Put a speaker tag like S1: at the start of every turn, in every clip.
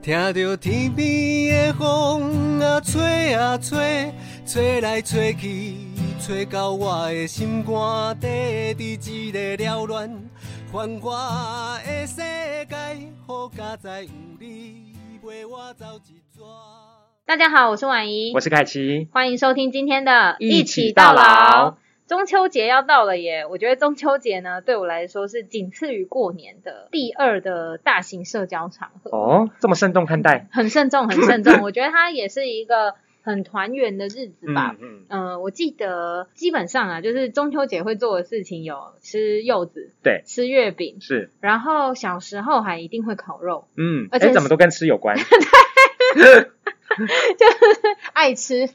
S1: 听着天边的风啊吹啊吹，吹来吹去，吹到我的心肝底，伫一个缭乱繁华的世界，好佳哉有你陪我走一逝。
S2: 大家好，我是婉怡，
S3: 我是凯奇，
S2: 欢迎收听今天的
S3: 一起到老。
S2: 中秋节要到了耶，我觉得中秋节呢，对我来说是仅次于过年的第二的大型社交场合，
S3: 哦，这么慎重看待，
S2: 很慎 重，很慎重。我觉得它也是一个很团圆的日子吧。
S3: 嗯，
S2: 呃，我记得基本上啊，就是中秋节会做的事情有吃柚子，
S3: 对
S2: 吃月饼，
S3: 是，
S2: 然后小时候还一定会烤肉，
S3: 嗯，
S2: 而且
S3: 哎，
S2: 是
S3: 怎么都跟吃有关，
S2: 爱 吃，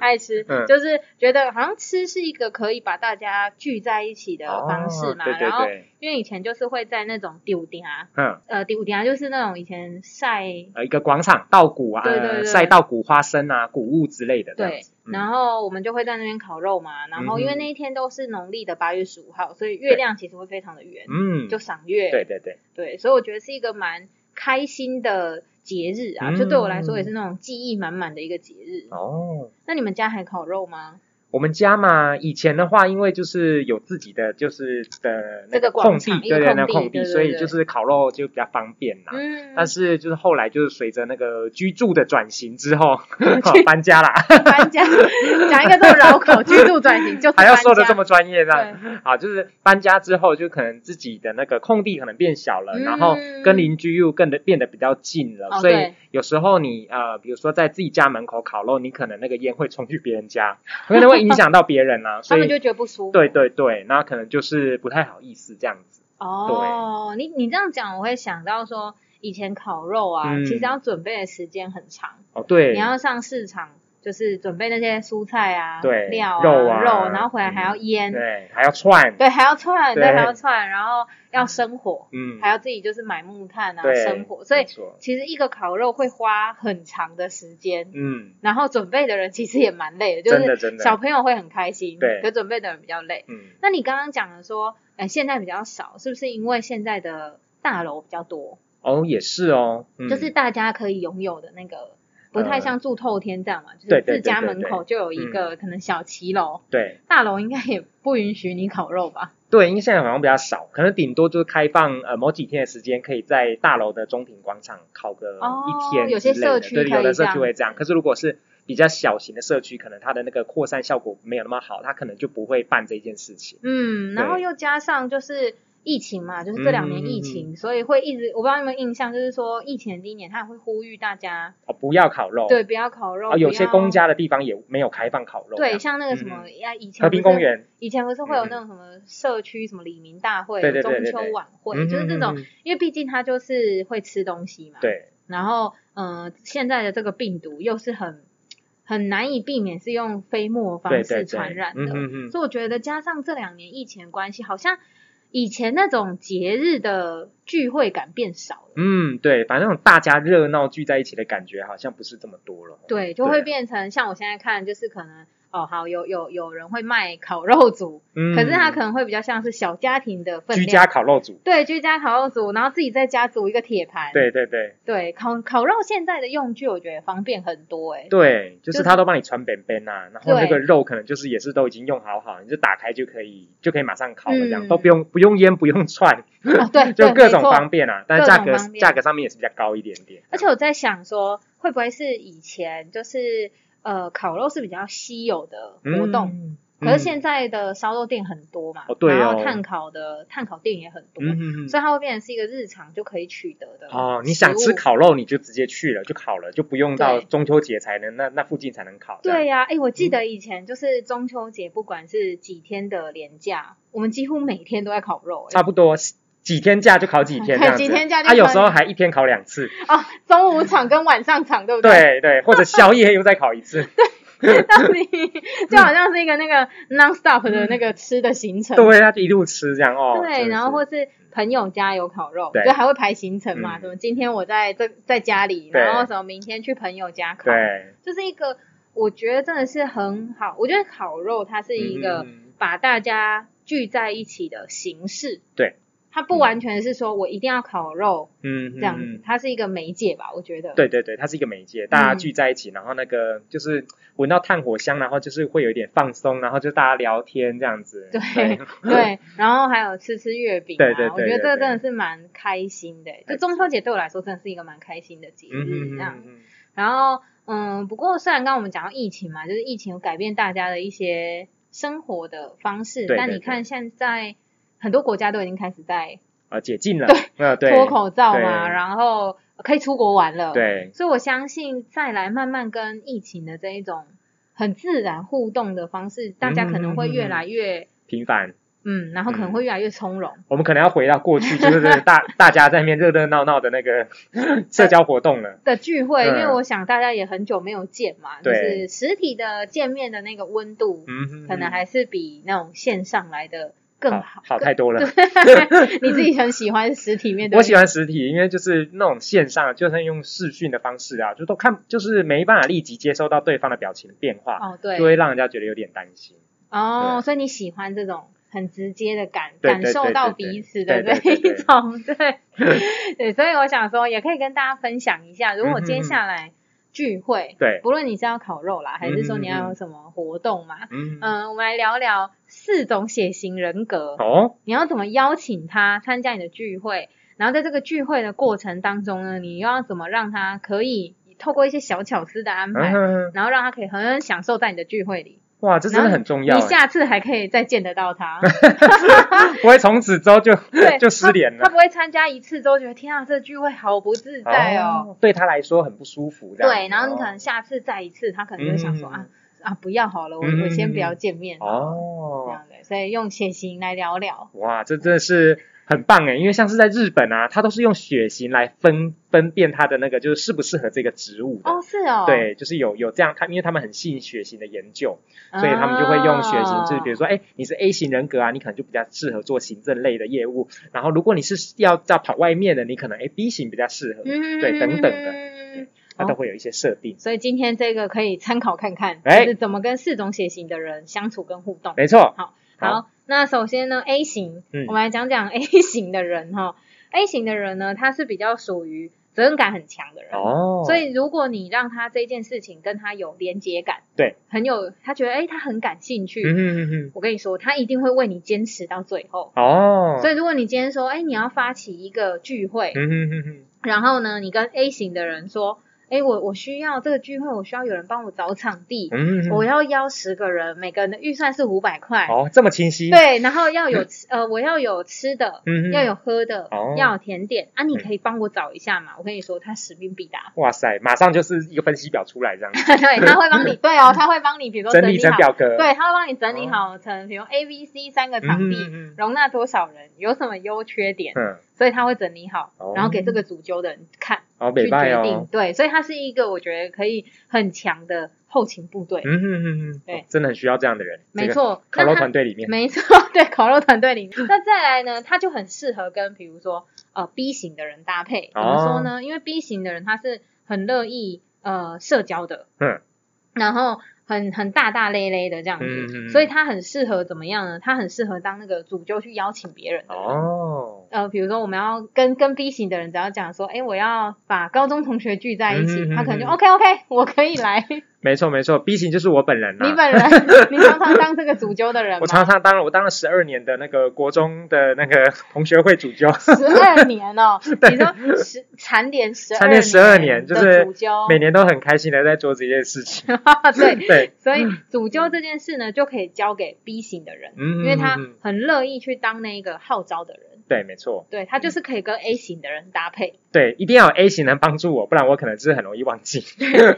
S2: 爱吃，
S3: 嗯
S2: 就是觉得好像吃是一个可以把大家聚在一起的方式嘛。
S3: 哦对对
S2: 然后
S3: 对，
S2: 因为以前就是会在那种丢丁啊，
S3: 嗯，
S2: 呃，丢丁啊，就是那种以前晒。
S3: 呃，一个广场稻谷啊，
S2: 对对
S3: 呃
S2: 对
S3: 晒稻谷、花生啊、谷物之类的，这样
S2: 对
S3: 子，
S2: 然后我们就会在那边烤肉嘛，然后因为
S3: 嗯
S2: 那一天都是农历的八月十五号，所以月亮其实会非常的圆，
S3: 嗯，
S2: 就赏月。
S3: 对对对，
S2: 对，所以我觉得是一个蛮开心的节日啊，
S3: 嗯
S2: 就对我来说也是那种记忆满满的一个节日。
S3: 哦。
S2: 那你们家还烤肉吗？
S3: 我们家嘛，以前的话，因为就是有自己的就是的
S2: 这
S3: 那
S2: 个
S3: 空
S2: 广
S3: 地
S2: 场，
S3: 对
S2: 一
S3: 对，
S2: 个空
S3: 那
S2: 地
S3: 空地，
S2: 对对
S3: 所以
S2: 对
S3: 就是烤肉就比较方便啦。
S2: 嗯，
S3: 啊但是就是后来就是随着那个居住的转型 之后，哦搬家啦，
S2: 搬家 讲一个这么绕口，居住转型就是
S3: 还要
S2: 搬
S3: 说的
S2: 家
S3: 这么专业这样，
S2: 对，
S3: 啊，就是搬家之后，就可能自己的那个空地可能变小了，
S2: 嗯
S3: 然后跟邻居又更的变得比较近了，
S2: 哦
S3: 所以
S2: 对
S3: 有时候你呃，比如说在自己家门口烤肉，你可能那个烟会冲去别人家，可能会影响到别人 啊，
S2: 他
S3: 所
S2: 们就
S3: 以
S2: 觉得不舒服。
S3: 对对对，那可能就是不太好意思这样子。
S2: 哦，你你这样讲，我会想到说，以前烤肉啊，
S3: 嗯
S2: 其实要准备的时间很长，
S3: 哦，对，
S2: 你要上市场，就是准备那些蔬菜啊、
S3: 对
S2: 料
S3: 肉啊
S2: 然后回来还要腌，
S3: 对，还要串，
S2: 对，还要串，对，
S3: 对
S2: 还要串，然后要生火，
S3: 嗯，
S2: 还要自己就是买木炭啊、
S3: 对
S2: 生火，所以
S3: 没错
S2: 其实一个烤肉会花很长的时间。
S3: 嗯
S2: 然后准备的人其实也蛮累的，就
S3: 真的
S2: 是
S3: 真的
S2: 小朋友会很开心，
S3: 对
S2: 可准备的人比较累。
S3: 嗯，
S2: 那你刚刚讲的说，呃，现在比较少，是不是因为现在的大楼比较多，
S3: 哦，也是哦，嗯
S2: 就是大家可以拥有的那个，不太像住透天这样嘛，就
S3: 对
S2: 是
S3: 对
S2: 自家
S3: 对对
S2: 门口就有一个可能小骑楼，
S3: 对。
S2: 大楼应该也不允许你烤肉吧？
S3: 对，因为现在好像比较少，可能顶多就是开放呃某几天的时间，可以在大楼的中庭广场烤个
S2: 哦
S3: 一天之类的、
S2: 有些社区
S3: 对，
S2: 可以
S3: 有的社
S2: 这
S3: 区
S2: 样
S3: 会这样。可是如果是比较小型的社区，可能它的那个扩散效果没有那么好，它可能就不会办这件事情。
S2: 嗯，然后
S3: 对
S2: 又加上就是。疫情嘛，就是这两年疫
S3: 嗯
S2: 情，所以会一直我不知道你们印象，就是说疫情的第一年，他也会呼吁大家、
S3: 哦，不要烤肉。
S2: 对不要烤肉，
S3: 哦，有些
S2: 不要
S3: 公家的地方也没有开放烤肉。这
S2: 对
S3: 样嗯
S2: 像那个什么呀、以前
S3: 和
S2: 不是
S3: 平公园，嗯
S2: 以前不是会有那种什么社区什么李明大会、
S3: 对对
S2: 中
S3: 对对
S2: 秋
S3: 对
S2: 晚会，
S3: 嗯
S2: 就是这种，
S3: 嗯嗯嗯
S2: 因为毕竟他就是会吃东西嘛。。
S3: 对，
S2: 然后，呃，现在的这个病毒又是很很难以避免是用飞沫方
S3: 对对
S2: 式
S3: 对，
S2: 传染的，
S3: 嗯嗯嗯，
S2: 所以我觉得加上这两年疫情的关系，好像以前那种节日的聚会感变少了。
S3: 嗯，对，反正那种大家热闹聚在一起的感觉好像不是这么多了。
S2: 对，就会变成像我现在看，就是可能哦，好有有有人会卖烤肉组，
S3: 嗯，
S2: 可是他可能会比较像是小家庭的分
S3: 居
S2: 量，
S3: 家烤肉组，
S2: 对，居家烤肉组，然后自己在家煮一个铁盘。
S3: 对对对。
S2: 对，烤烤肉现在的用具，我觉得方便很多哎、
S3: 对，就
S2: 就是
S3: 是他都帮你穿边边呐，啊然后
S2: 对
S3: 那个肉可能就是也是都已经用好好，你就打开就可以就可以马上烤了，这样、
S2: 嗯
S3: 都不用不用腌不用串，
S2: 哦，对，
S3: 就
S2: 对
S3: 各种。
S2: 没
S3: 方
S2: 错
S3: 便啊。但
S2: 各
S3: 价
S2: 种
S3: 格
S2: 方便
S3: 价格上面也是比较高一点点，
S2: 而且我在想说，会不会是以前就是呃，烤肉是比较稀有的活动，
S3: 嗯
S2: 可是现在的烧肉店很多嘛，
S3: 哦对哦
S2: 然后碳烤的碳烤店也很多，
S3: 嗯嗯嗯
S2: 所以它会变成是一个日常就可以取得的
S3: 哦，你想吃
S2: 食物？
S3: 烤肉你就直接去了就烤了，就不用到
S2: 对
S3: 中秋节才能那那附近才能烤。这样嗯
S2: 对，呀、哎、我记得以前就是中秋节，不管是几天的连假，我们几乎每天都在烤肉、哎
S3: 差不多几天假就烤几天这样子，
S2: 几天假就
S3: 啊有
S2: 烤
S3: 时候还一天烤两次，
S2: 哦，中午场跟晚上场，对不？
S3: 对对，或者宵夜又再烤一次，
S2: 到底就好像是一个那个 non stop 的那个吃的行程。
S3: 对啊，就一路吃这样哦。真
S2: 对，
S3: 的
S2: 然
S3: 是
S2: 后或是朋友家有烤肉，
S3: 对
S2: 就还会排行程嘛，
S3: 嗯
S2: 什么今天我在这在家里，
S3: 对
S2: 然后什么明天去朋友家烤，
S3: 对，
S2: 就是一个我觉得真的是很好，我觉得烤肉它是一个
S3: 嗯嗯嗯
S2: 把大家聚在一起的形式。
S3: 对。
S2: 它不完全是说我一定要烤肉
S3: 嗯，
S2: 这样
S3: 嗯
S2: 子，它嗯是一个媒介吧，我觉得。
S3: 对对对，它是一个媒介，大家聚在一起，然后那个就是闻到炭火香，然后就是会有一点放松，然后就大家聊天这样子。
S2: 对 对，然后还有吃吃月饼啊，
S3: 对对对
S2: 我觉得这
S3: 对对
S2: 个真的是蛮开心的。就中秋节对我来说，真的是一个蛮开心的节
S3: 嗯
S2: 日
S3: 嗯
S2: 这
S3: 嗯
S2: 样。
S3: 嗯嗯，
S2: 然后，嗯，不过虽然刚刚我们讲到疫情嘛，就是疫情有改变大家的一些生活的方式，
S3: 对
S2: 但
S3: 对
S2: 你
S3: 对
S2: 看现在很多国家都已经开始在
S3: 啊，解禁了，对，啊、对，
S2: 脱口罩嘛，
S3: 对
S2: 然后可以出国玩了。，
S3: 对，
S2: 所以我相信再来慢慢跟疫情的这一种很自然互动的方式，大家可能会越来越。
S3: 频繁。
S2: 嗯，然后可能会越来越从容，
S3: 我们可能要回到过去，就是 大大家在那边热热闹闹的那个社交活动了。
S2: 的聚会，因为
S3: 嗯
S2: 我想大家也很久没有见嘛，就是
S3: 对
S2: 实体的见面的那个温度，
S3: 嗯，嗯
S2: 可能还是比那种线上来的更好
S3: 好，。好太多了。
S2: 对 你自己很喜欢实体面对面，
S3: 我喜欢实体，因为就是那种线上，就算用视讯的方式啊，就都看，就是没办法立即接收到对方的表情变化，
S2: 哦，对
S3: 就，会让人家觉得有点担心。
S2: 哦，
S3: 对
S2: 所以你喜欢这种很直接的感
S3: 对
S2: 感
S3: 对
S2: 受
S3: 对
S2: 到
S3: 对对
S2: 彼此的
S3: 对
S2: 这
S3: 对对
S2: 一
S3: 对
S2: 种，对对， 所以我想说，也可以跟大家分享一
S3: 嗯
S2: 下，如果接下来聚会，
S3: 对，
S2: 不论你是要烤肉啦，还是说你
S3: 嗯嗯嗯
S2: 要
S3: 嗯
S2: 有什么活动嘛，
S3: 嗯，
S2: 嗯，我们来聊聊四种血型人格，
S3: 哦，
S2: 你要怎么邀请他参加你的聚会？然后在这个聚会的过程当中呢，你又要怎么让他可以透过一些小巧思的安排，
S3: 嗯
S2: 然后让他可以很享受在你的聚会里，
S3: 哇，这真的很重要
S2: 你
S3: 欸，
S2: 下次还可以再见得到 他。
S3: 不会从此之后就
S2: 对，
S3: 就失联
S2: 他。他
S3: 了。
S2: 不会参加一次之后觉得天啊，这聚会好不自在哦。
S3: 哦，对他来说很不舒服，这样子
S2: 对，然后你可能下次再一次，他可能就会想说、
S3: 嗯
S2: 啊啊，不要好了，我、
S3: 嗯
S2: 我先不要见面了。这
S3: 哦，
S2: 样的，所以用血型来聊聊。
S3: 哇，这真的是很棒哎，因为像是在日本啊，他都是用血型来分分辨他的那个就是适不适合这个植物的。
S2: 哦，是哦，，
S3: 对，就是有有这样，他因为他们很信血型的研究，所以他们就会
S2: 啊
S3: 用血型，
S2: 哦
S3: 就是比如说，哎，你是 A 型人格啊，你可能就比较适合做行政类的业务。然后，如果你是要在跑外面的，你可能哎 B 型比较适合，
S2: 嗯
S3: 对等等的
S2: 的
S3: 它都会有一些设定。
S2: 所以今天这个可以参考看看，
S3: 哎
S2: 就是怎么跟四种血型的人相处跟互动。
S3: 没错，
S2: 好，好，那首先呢，A 型，
S3: 嗯
S2: 我们来讲讲 A 型的人哈。A 型的人呢，他是比较属于责任感很强的人，
S3: 哦，
S2: 所以如果你让他这件事情跟他有连结感，
S3: 对，
S2: 很有他觉得哎、他很感兴趣，
S3: 嗯哼哼哼，
S2: 我跟你说，他一定会为你坚持到最后。
S3: 哦，
S2: 所
S3: 以，
S2: 以，如果你今天说，哎、你要发起一个聚会，
S3: 嗯哼哼哼，
S2: 然后呢，你跟 A 型的人说，哎，我我需要这个聚会，我需要有人帮我找场地，
S3: 嗯哼哼，
S2: 我要邀十个人，每个人的预算是五百块，
S3: 哦，这么清晰，，
S2: 对，然后要有 吃，呃，我要有吃的，
S3: 嗯哼
S2: 要有喝的，
S3: 哦嗯
S2: 要有甜点啊，你可以帮我找一下嘛？我跟你说，他使命必达，
S3: 哇塞，马上就是一个分析表出来这样子，
S2: 对，他会帮 你，对哦，他会帮你，比如说
S3: 嗯整
S2: 整
S3: 理
S2: 理好，
S3: 成表格，哦
S2: 对，他会帮你整理好成，比如 A、B、C 三个
S3: 嗯
S2: 场
S3: 哼
S2: 地。
S3: 哼
S2: 容纳多少人，有什么优缺点，
S3: 哼，嗯，
S2: 所以他会整理好，
S3: 哦
S2: 然后给这个主揪的人看，
S3: 好，
S2: 去
S3: 北拜
S2: 决定。
S3: 哦，
S2: 对，所以他是一个我觉得可以很强的后勤部队。
S3: 嗯哼哼哼，
S2: 对
S3: 哦真的很需要这样的人，
S2: 没
S3: 这个
S2: 错，
S3: 烤
S2: 那
S3: 肉
S2: 他
S3: 团队里面，
S2: 没错，对烤肉团队里面。那再来呢，他就很适合跟比如说呃 B 型的人搭配。怎
S3: 哦
S2: 么说呢？因为 B 型的人他是很乐意呃社交的，
S3: 嗯，
S2: 然后很很大大咧咧的这样子，
S3: 嗯嗯嗯
S2: 所以他很适合怎么样呢？他很适合当那个主揪去邀请别人的人。
S3: 哦，
S2: 呃，比如说我们要跟跟 B 型的人，只要讲说，哎，我要把高中同学聚在一起，
S3: 嗯嗯嗯
S2: 他可能就
S3: 嗯
S2: OK OK，我可以 来，你
S3: 没错没错，B 型就是我本人啦、
S2: 本人，你常常当这个主揪的人吗？
S3: 我常常当了，我当了十二年的那个国中的那个同学会主教，
S2: 十二年 哦，你说十蝉联十
S3: 参加十二年，就
S2: 的
S3: 是
S2: 主揪，
S3: 每年都很开心的在做这件事情。
S2: 对，
S3: 对，
S2: 所以主揪这件事呢，就可以交给 B 型的人，
S3: 嗯，
S2: 因为他
S3: 嗯嗯嗯
S2: 很乐意去当那个号召的人，
S3: 对，没错，
S2: 对他就是可以
S3: 嗯
S2: 跟 A 型的人搭配，
S3: 对，一定要有 A 型能帮助我，不然我可能是很容易 忘记。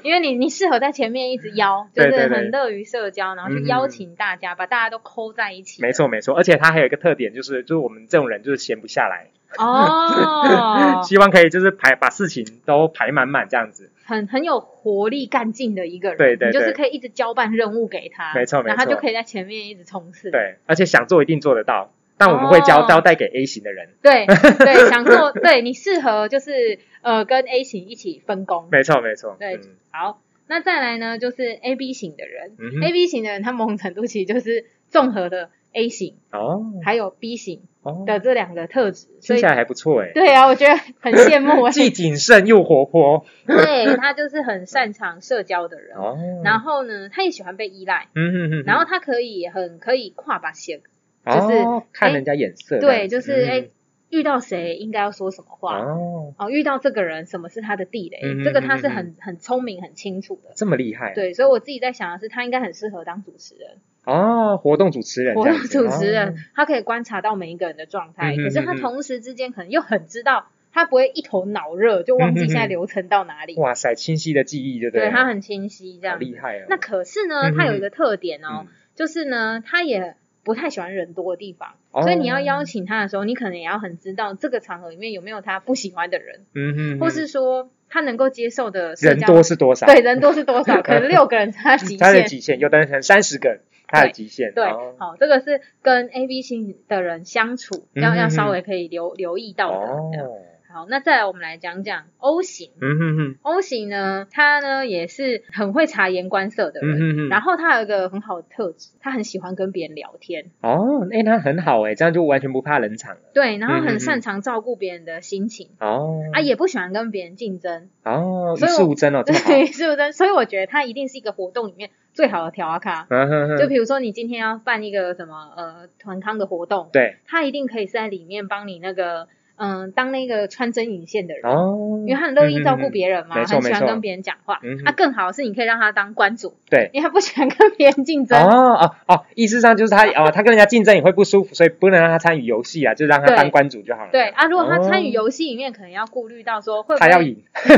S2: 因为你你适合在前面一直邀，就
S3: 对
S2: 是
S3: 对对嗯
S2: 很乐于社交，然后去邀请大家，把大家都抠在一起，
S3: 没错，没错，而且他还有一个特点，就是就是我们这种人就是闲不下来，
S2: 哦，
S3: 希望可以就是排把事情都排满满这样子。
S2: 很很有活力、干劲的一个人，
S3: 对对
S2: 你就是
S3: 对
S2: 可以一直交办任务给他，
S3: 没错没
S2: 然后他
S3: 错
S2: 就可以在前面一直冲刺，。
S3: 对，而且想做一定做得到，但我们会交
S2: 哦
S3: 交代给 A 型的人。
S2: 对对，想做，对你适合就是呃跟 A 型一起分工。
S3: 没错，没错。
S2: 对
S3: 嗯
S2: 好，那再来呢，就是 A B 型的人、
S3: 嗯哼
S2: a B 型的人他某种程度其实就是综合的 A 型
S3: 哦
S2: 还有 B 型
S3: 哦，
S2: 的这两个特质，所
S3: 听
S2: 以
S3: 起来还不错哎，
S2: 对啊，我觉得很羡 慕 哎、
S3: 既谨慎又活泼
S2: 对他就是很擅长社交的人，
S3: 哦。
S2: 然后呢，他也喜欢被依赖，
S3: 嗯哼哼，
S2: 然后他可以很可以跨把线，就是
S3: 哦看
S2: 哎
S3: 人家眼色这样，
S2: 对，就是哎、遇到谁应该要说什么
S3: 嗯
S2: 话。
S3: 哦，
S2: 哦，遇到这个人，什么是他的地雷？
S3: 嗯
S2: 这个他是
S3: 嗯嗯
S2: 很很聪明、很清楚的。
S3: 这么厉害，
S2: 对，所以我自己在想的是，他应该很适合当主持人，
S3: 哦，活动主持人
S2: 活
S3: 这
S2: 动
S3: 样子，
S2: 主持
S3: 哦
S2: 人，他可以观察到每一个人的状态，
S3: 嗯嗯
S2: 可是他
S3: 嗯嗯
S2: 同时之间可能又很知道，他不会一头脑热就忘记
S3: 嗯嗯嗯
S2: 现在流程到哪里。
S3: 哇塞，清晰的记忆，对不
S2: 对
S3: 了
S2: 他很清晰这
S3: 好
S2: 样子。
S3: 厉害哦。
S2: 那可是
S3: 嗯
S2: 呢，
S3: 嗯
S2: 他有一个特点哦，
S3: 嗯
S2: 就是呢，他也不太喜欢人多的地方，
S3: 哦
S2: 所以你要邀请他的时候，你可能也要很知道这个场合里面有没有他不喜欢的人，
S3: 嗯哼哼，
S2: 或是说他能够接受的社
S3: 人
S2: 交
S3: 多是多少？
S2: 对， 人多是多少，可能六个人是他极
S3: 他的
S2: 限。
S3: 极限，有的人可能三十个，他的极限。
S2: 对，
S3: 哦
S2: 好，这个是跟 A、B 型的人相处
S3: 嗯
S2: 要
S3: 嗯
S2: 要
S3: 嗯
S2: 稍微可以留留意到的。这样
S3: 哦，
S2: 好，那再来我们来讲讲 O 型。
S3: 嗯哼哼，
S2: O 型呢，他呢也是很会察言观色的
S3: 嗯
S2: 人，
S3: 哼哼，
S2: 然
S3: 后
S2: 后他有一个很好的特质，他很喜欢跟别人聊天，
S3: 哦，哎，那很好哎，这样就完全不怕冷场了。
S2: 对，然后
S3: 嗯嗯嗯
S2: 很擅长照顾别人的心情，
S3: 哦，
S2: 啊，也不喜欢跟别人竞争，
S3: 哦，一
S2: 所以
S3: 事
S2: 我
S3: 无争哦，这么好。
S2: 对，是不是？所以我觉得他一定是一个活动里面最好的调啊咖。
S3: 嗯哼
S2: 就
S3: 哼，
S2: 比如说你今天要办一个什么呃团康的活动，
S3: 对，
S2: 他一定可以是在里面帮你那个嗯、当那个穿针引线的人。
S3: 哦，
S2: 因为他很乐意照顾别人嘛，
S3: 嗯嗯嗯没错
S2: 很喜
S3: 没
S2: 欢
S3: 错
S2: 跟别人讲话。
S3: 嗯哼
S2: 啊，更好的是你可以让他当关 主，
S3: 对
S2: 因为他不喜欢跟别人竞争。
S3: 哦哦哦，意思上就是他哦，他跟人家竞争也会不舒服，所以不能让他参与游戏啊，就让他
S2: 对
S3: 当关主就好了。
S2: 对啊，如果他参与
S3: 哦，
S2: 游戏里面，可能要顾虑到说会不会
S3: 他哦要赢。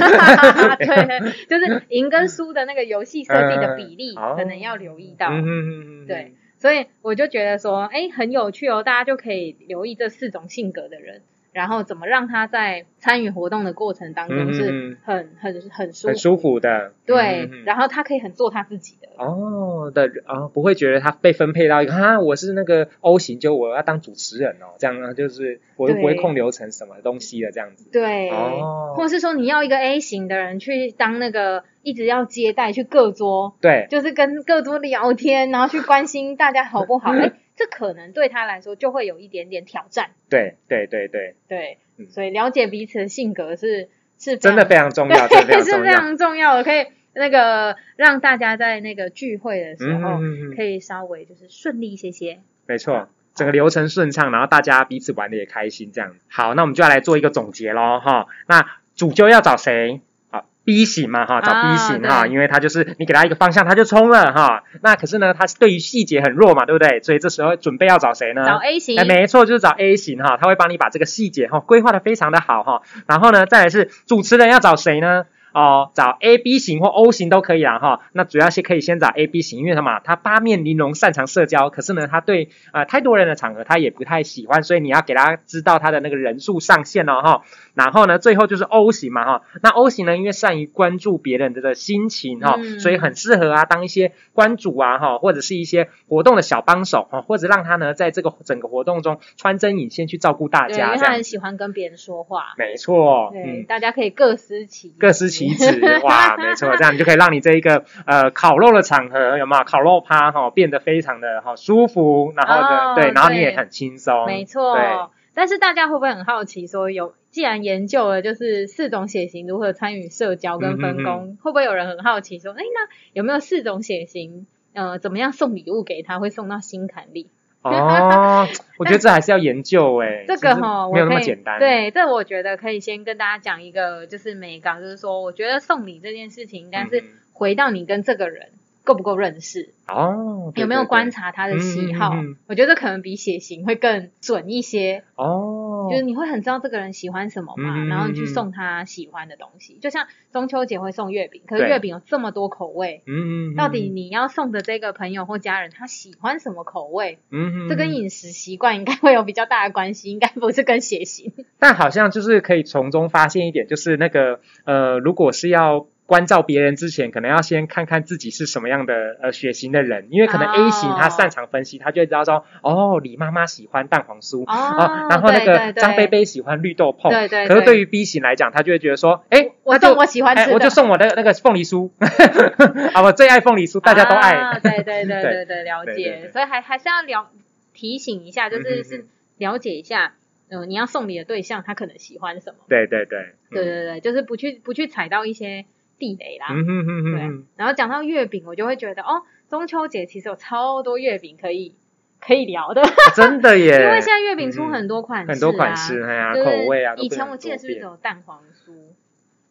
S2: 对，就是赢跟输的那个游戏设计的比例，
S3: 嗯哦
S2: 可能要留意到。
S3: 嗯哼哼，
S2: 对，所以我就觉得说，哎，很有趣哦，大家就可以留意这四种性格的人，然后怎么让他在参与活动的过程当
S3: 嗯嗯
S2: 中
S3: 嗯
S2: 是很很很舒
S3: 很舒服的。
S2: 对
S3: 嗯哼，哼
S2: 然后他可以很做他自己的。
S3: 哦的啊、不会觉得他被分配到一个啊，我是那个 O 型，就我要当主持人哦，这样呢就是我又
S2: 对
S3: 不会控流程什么东西的这样子。
S2: 对，
S3: 哦
S2: 或是说你要一个 A 型的人去当那个一直要接待去各桌，
S3: 对，
S2: 就是跟各多聊天，然后去关心大家好不 好。哎，这可能对他来说就会有一点点挑战，
S3: 对，对，对，对，
S2: 对，
S3: 嗯
S2: 所以了解彼此的性格是是
S3: 真的非 常重要，真的非
S2: 对，
S3: 常
S2: 是
S3: 重
S2: 非
S3: 要。
S2: 常重要的，可以那个让大家在那个聚会的时
S3: 嗯
S2: 候
S3: 嗯，嗯嗯，
S2: 可以稍微就是顺利一些些。
S3: 没错。整个流程顺畅，然后大家彼此玩的也开心，这样。好，那我们就要来做一个总结喽，哈。那主揪要找谁？好，B 型嘛，哈，找 B
S2: 啊
S3: 型
S2: 对
S3: 哈、因为他就是你给他一个方向，他就冲了哈。那可是呢，他对于细节很弱嘛，对不对？所以这时候准备要找谁呢？
S2: 找 A 型
S3: 哎，，没错，就是找 A 型哈，他会帮你把这个细节哈规划的非常的好哈。然后呢，再来是主持人要找谁呢？哦，找 A、B 型或 O 型都可以啦哈。那主要是可以先找 A、B 型，因为他嘛，他八面玲珑，擅长社交，可是呢，他对呃太多人的场合他也不太喜欢，所以你要给他知道他的那个人数上限哦哈。然后呢，最后就是 O 型嘛哈。那 O 型呢，因为善于关注别人的心情哈，
S2: 嗯
S3: 所以很适合啊当一些关主啊哈，或者是一些活动的小帮手哈，或者让他呢在这个整个活动中穿针引线去照顾大
S2: 对，因
S3: 家
S2: 为
S3: 这
S2: 他
S3: 样
S2: 很。喜欢跟别人说话，
S3: 没错，
S2: 对，
S3: 嗯。
S2: 大家可以各司其
S3: 各司其职， 哇，没错，这样你就可以让你这一个呃烤肉的场合有没有烤肉趴哈、变得非常的哈、舒服，然后呢、
S2: 哦
S3: 对，然后你
S2: 对
S3: 也很轻松，
S2: 没错
S3: 对，。
S2: 但是大家会不会很好奇，说有既然研究了就是四种血型如何参与社交跟分工，
S3: 嗯
S2: 会不会有人很好奇说，哎，那有没有四种血型，呃，怎么样送礼物给他会送到心坎里？
S3: 哦，我觉得这还是要研究哎、
S2: 这个
S3: 哈
S2: 哈，
S3: 没有
S2: 我可
S3: 那么
S2: 以
S3: 简单，，
S2: 对，这我觉得可以先跟大家讲一个，就是美感，就是说，我觉得送礼这件事情，应该是
S3: 嗯
S2: 回到你跟这个人够不够认识，
S3: 哦，对
S2: 有没有
S3: 对对
S2: 观察他的喜好
S3: 嗯嗯嗯嗯，
S2: 我觉得可能比血型会更准一些。
S3: 哦，
S2: 就是你会很知道这个人喜欢什么嘛，
S3: 嗯嗯嗯
S2: 然后你去送他喜欢的东西。就像中秋节会送月饼，可是月饼有这么多口味，
S3: 嗯，
S2: 到底你要送的这个朋友或家人他喜欢什么口味？
S3: 嗯，嗯
S2: 这跟，饮食习惯应该会有比较大的关系，应该不是跟血型。
S3: 但好像就是可以从中发现一点，就是那个呃，如果是要。关照别人之前，可能要先看看自己是什么样的呃血型的人，因为可能 A 型
S2: 哦
S3: 他擅长分析，他就会知道说，哦，李妈妈喜欢蛋黄酥，
S2: 哦
S3: 然后那
S2: 对
S3: 个
S2: 对对
S3: 张贝贝喜欢绿豆碰，
S2: 对对
S3: 可是对
S2: 于
S3: 于 B 型来讲，他就会觉得说，哎，
S2: 我
S3: 那就
S2: 送我喜欢吃
S3: 哎，
S2: 的，
S3: 我就送我的那个凤梨酥 啊，我最爱凤梨酥，大家都爱。
S2: 啊对对对
S3: 对
S2: 对对，了
S3: 对对对
S2: 解。所以还还是要了提醒一下，就
S3: 嗯嗯
S2: 是
S3: 嗯
S2: 是了解一下，嗯、你要送礼的对象他可能喜欢什么，
S3: 对对对，嗯
S2: 对对对，就是不去不去踩到一些地雷啦。
S3: 嗯哼哼哼哼，
S2: 然后讲到月饼，我就会觉得哦，中秋节其实有超多月饼可以可以聊的，
S3: 啊真的耶，
S2: 因为现在月饼出
S3: 嗯
S2: 很多款式、啊
S3: 很多款式，哎呀，
S2: 就是
S3: 口味啊，都
S2: 以
S3: 变
S2: 前
S3: 得
S2: 我
S3: 很
S2: 记得
S3: 多
S2: 是不是只
S3: 变
S2: 有蛋黄酥？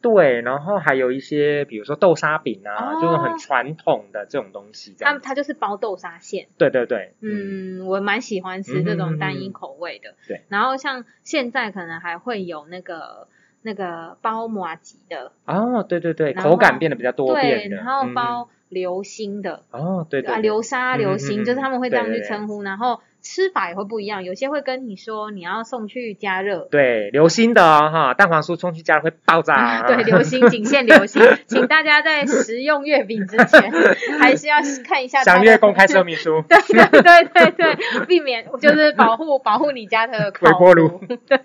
S3: 对，然后还有一些，比如说豆沙饼啊，
S2: 哦
S3: 就是很传统的这种东西，这
S2: 它
S3: 样。
S2: 它就是包豆沙馅。
S3: 对对对，，
S2: 嗯，我蛮喜欢吃这种
S3: 嗯
S2: 单一口味的。
S3: 对，
S2: 然后像现在可能还会有那个那个包麻吉的，
S3: 哦，对对对，
S2: 然后
S3: 口感变得比较多
S2: 对，
S3: 变的，
S2: 然后
S3: 嗯
S2: 包流心的，
S3: 嗯哦，对对
S2: 啊，
S3: 对
S2: 流沙、
S3: 嗯
S2: 流
S3: 嗯
S2: 心，
S3: 嗯
S2: 就是他们会这样
S3: 对
S2: 去
S3: 对
S2: 称呼，然后吃法也会不一样，有些会跟你说你要送去加热。
S3: 对流心的哦哈，蛋黄酥冲去加了会爆炸 啊，
S2: 对，流心仅限流心，请大家在食用月饼之前， 还是要看一下它
S3: 详
S2: 的。
S3: 阅公开说明书
S2: 对对对对对，避免就是保护保护你家的 烤
S3: 微波炉。
S2: 对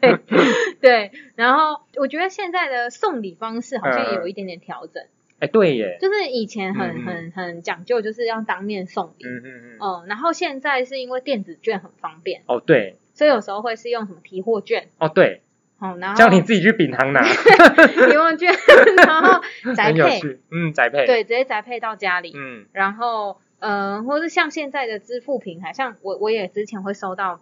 S2: 对，然后我觉得现在的送礼方式好像也有一点点调整，
S3: 哎，对耶，
S2: 就是以前很
S3: 嗯
S2: 很很讲究，就是要当面送礼。
S3: 嗯嗯嗯，
S2: 嗯，然后现在是因为电子券很方便，
S3: 哦对，
S2: 所以有时候会是用什么提货券，
S3: 哦对，
S2: 哦，然后
S3: 叫你自己去饼行拿，
S2: 提货券，然后 宅
S3: 很有
S2: 配，
S3: 趣，嗯，宅配，，
S2: 对，直接宅配到家里，
S3: 嗯，
S2: 然后嗯、呃或是像现在的支付平台，像我我也之前会收到，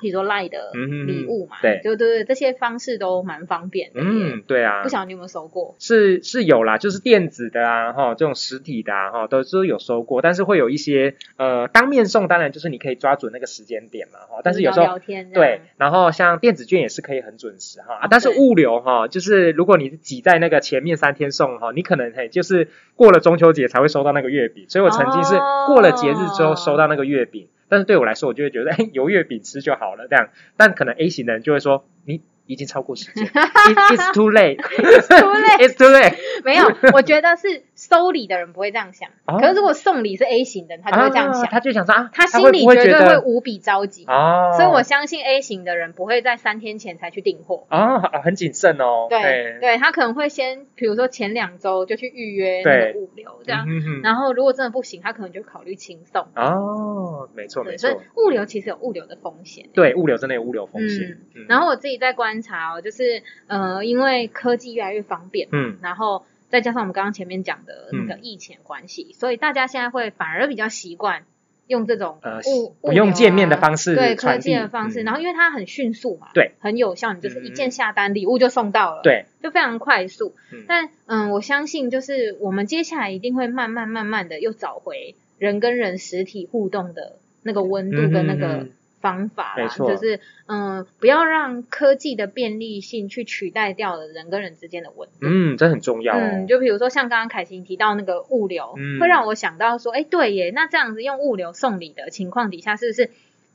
S2: 比如说赖的
S3: 嗯哼
S2: 礼物嘛，
S3: 对
S2: 就对对，这些方式都蛮方便的耶。
S3: 嗯，对啊，
S2: 不晓得你有没有收过？
S3: 是是有啦，就是电子的啊，哈，这种实体的啊，哈，都都有收过，但是会有一些呃，当面送，当然就是你可以抓准那个时间点嘛，哈，但是有时
S2: 聊
S3: 候
S2: 聊天这
S3: 对
S2: 样，，
S3: 然后像电子券也是可以很准时哈，啊
S2: 哦
S3: 但是
S2: 嗯对
S3: 物流哈，就是如果你是挤在那个前面三天送哈，你可能嘿就是过了中秋节才会收到那个月饼，所以我曾经是
S2: 哦
S3: 过了节日之后收到那个月饼，但是对我来说，我就会觉得哎，有月饼吃就好了这样，但可能 A 型的人就会说你已经超过时 间，It's it's too late。
S2: 对不对？
S3: It's too late。
S2: 没有，我觉得是收礼的人不会这样想，
S3: 哦
S2: 可是如果送礼是 A 型的，他就会这样想，
S3: 啊他就想说啊，
S2: 他
S3: 会
S2: 心里
S3: 不会
S2: 绝对
S3: 觉
S2: 会
S3: 得
S2: 无比着急，
S3: 哦，
S2: 所以我相信 A 型的人不会在三天前才去订货。
S3: 哦好很谨慎哦，
S2: 对，对他可能会先，比如说前两周就去预约那
S3: 对
S2: 个物流这样，
S3: 嗯哼哼
S2: 然后如果真的不行，他可能就考虑轻送。
S3: 哦，没错没
S2: 对，所以
S3: 错，
S2: 物流其实有物流的风险。
S3: 对物流真的有物流风险，嗯
S2: 然后我自己在观察哦，就是呃，因为科技越来越方便，
S3: 嗯
S2: 然后再加上我们刚刚前面讲的那个
S3: 嗯
S2: 疫情关系，所以大家现在会反而比较习惯用这种
S3: 呃
S2: 物、啊
S3: 不用见面的
S2: 式。
S3: 方式
S2: 对科
S3: 传
S2: 技
S3: 递
S2: 的方式，
S3: 嗯
S2: 然后因为它很迅速嘛，
S3: 对，
S2: 很有效，你就是一
S3: 嗯嗯
S2: 键下单，礼物就送到了，，
S3: 对
S2: 就非常快速。
S3: 嗯
S2: 但嗯，我相信就是我们接下来一定会慢慢慢慢的又找回人跟人实体互动的那个温度跟那
S3: 嗯嗯
S2: 个
S3: 嗯
S2: 方法啦，
S3: 没错
S2: 就是嗯，不要让科技的便利性去取代掉了人跟人之间的温度。
S3: 嗯，这很重要
S2: 嗯，
S3: 哦，
S2: 就比如说像刚刚凯欣提到那个物流，
S3: 嗯
S2: 会让我想到说，哎，对耶，那这样子用物流送礼的情况底下，是不是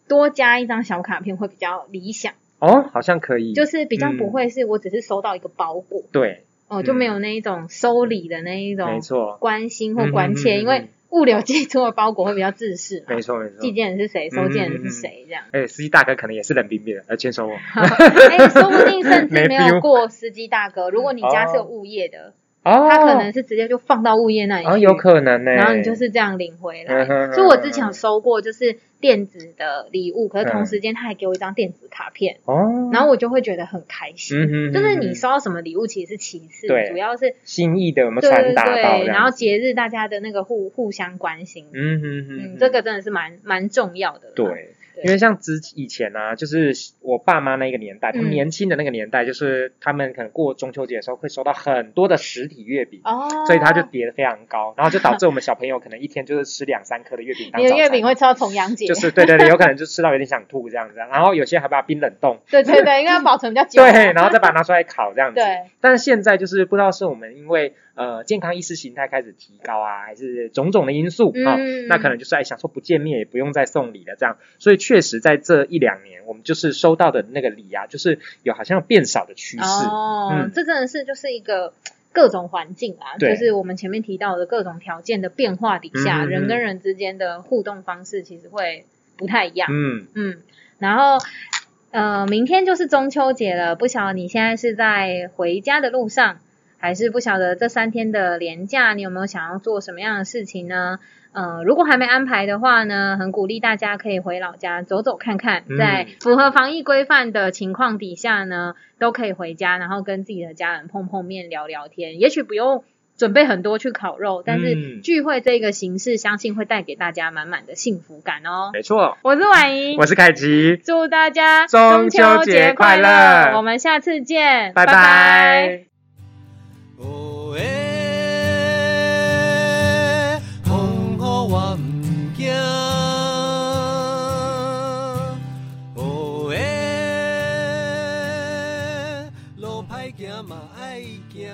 S2: 多加一张小卡片会比较理想？
S3: 哦，好像可以，
S2: 就是比较不
S3: 嗯
S2: 会是我只是收到一个包裹，
S3: 对，
S2: 哦，就没有那一种收礼的那一
S3: 没
S2: 种
S3: 错，
S2: 关心或关切，
S3: 嗯嗯嗯
S2: 因为物流寄出的包裹会比较自私嘛
S3: 没，错没错。
S2: 寄。件人是谁，收件人是谁这样
S3: 哎，司机大哥可能也是冷冰冰的，来签收我。
S2: 哎、说不定甚至
S3: 没
S2: 没
S3: feel
S2: 有过司机大哥，如果你家是有
S3: 哦
S2: 物业的，
S3: 哦，
S2: 他可能是直接就放到物业那里去，
S3: 啊，有可能呢。
S2: 然后你就是这样领回
S3: 嗯哼嗯
S2: 来。
S3: 哼嗯
S2: 所以我之前有收过就是电子的礼物，可是同时间他还给我一张电子卡片，
S3: 哦，
S2: 然后我就会觉得很开
S3: 嗯
S2: 心。
S3: 哼，
S2: 就是你
S3: 嗯
S2: 收到什么礼物其实是其次，
S3: 对
S2: 主要是
S3: 心意的有没有
S2: 对对
S3: 传达到
S2: 对，
S3: 这样子？
S2: 然后节日大家的那个互互相关心，
S3: 嗯哼哼
S2: 嗯，
S3: 哼
S2: 这个真的是蛮蛮重要的啦。
S3: 对。
S2: 对
S3: 因为像之以前啊，就是我爸妈那个年代，他
S2: 嗯
S3: 们年轻的那个年代，就是他们可能过中秋节的时候会收到很多的实体月饼，
S2: 哦，
S3: 所以它就叠得非常高，然后就导致我们小朋友可能一天就是吃两三颗的月饼当
S2: 你
S3: 早
S2: 的
S3: 餐。
S2: 月饼会吃到重阳节，
S3: 就是对对对，有可能就吃到有点想吐这样子，啊然后有些还把它冰冷冻，
S2: 对对对，因为它保存比较久嘛，
S3: 对，然后再把它拿出来烤这样子。
S2: 对，
S3: 但是现在就是不知道是我们因为呃健康意识形态开始提高啊，还是种种的因素啊、
S2: 嗯
S3: 那可能就是哎想说不见面也不用再送礼了这样，所以确实在这一两年，我们就是收到的那个礼啊，就是有好像有变少的趋势。
S2: 哦
S3: 嗯，
S2: 这真的是就是一个各种环境啊，
S3: 对
S2: 就是我们前面提到的各种条件的变化底下，
S3: 嗯嗯嗯
S2: 人跟人之间的互动方式其实会不太一样。
S3: 嗯，
S2: 嗯，然后呃，明天就是中秋节了，不晓得你现在是在回家的路上，还是不晓得这三天的连假你有没有想要做什么样的事情呢？呃，如果还没安排的话呢，很鼓励大家可以回老家走走看看，
S3: 嗯
S2: 在符合防疫规范的情况底下呢，都可以回家，然后跟自己的家人碰碰面、聊聊天，也许不用。准备很多去烤肉，但是
S3: 嗯
S2: 聚会这个形式，相信会带给大家满满的幸福感哦。
S3: 没错，
S2: 我是婉莹，
S3: 我是凯奇，
S2: 祝大家
S3: 中秋节快乐
S2: 我们下次见，
S3: 拜拜
S1: 哦耶，风雨我毋惊。哦耶，路歹行嘛爱行。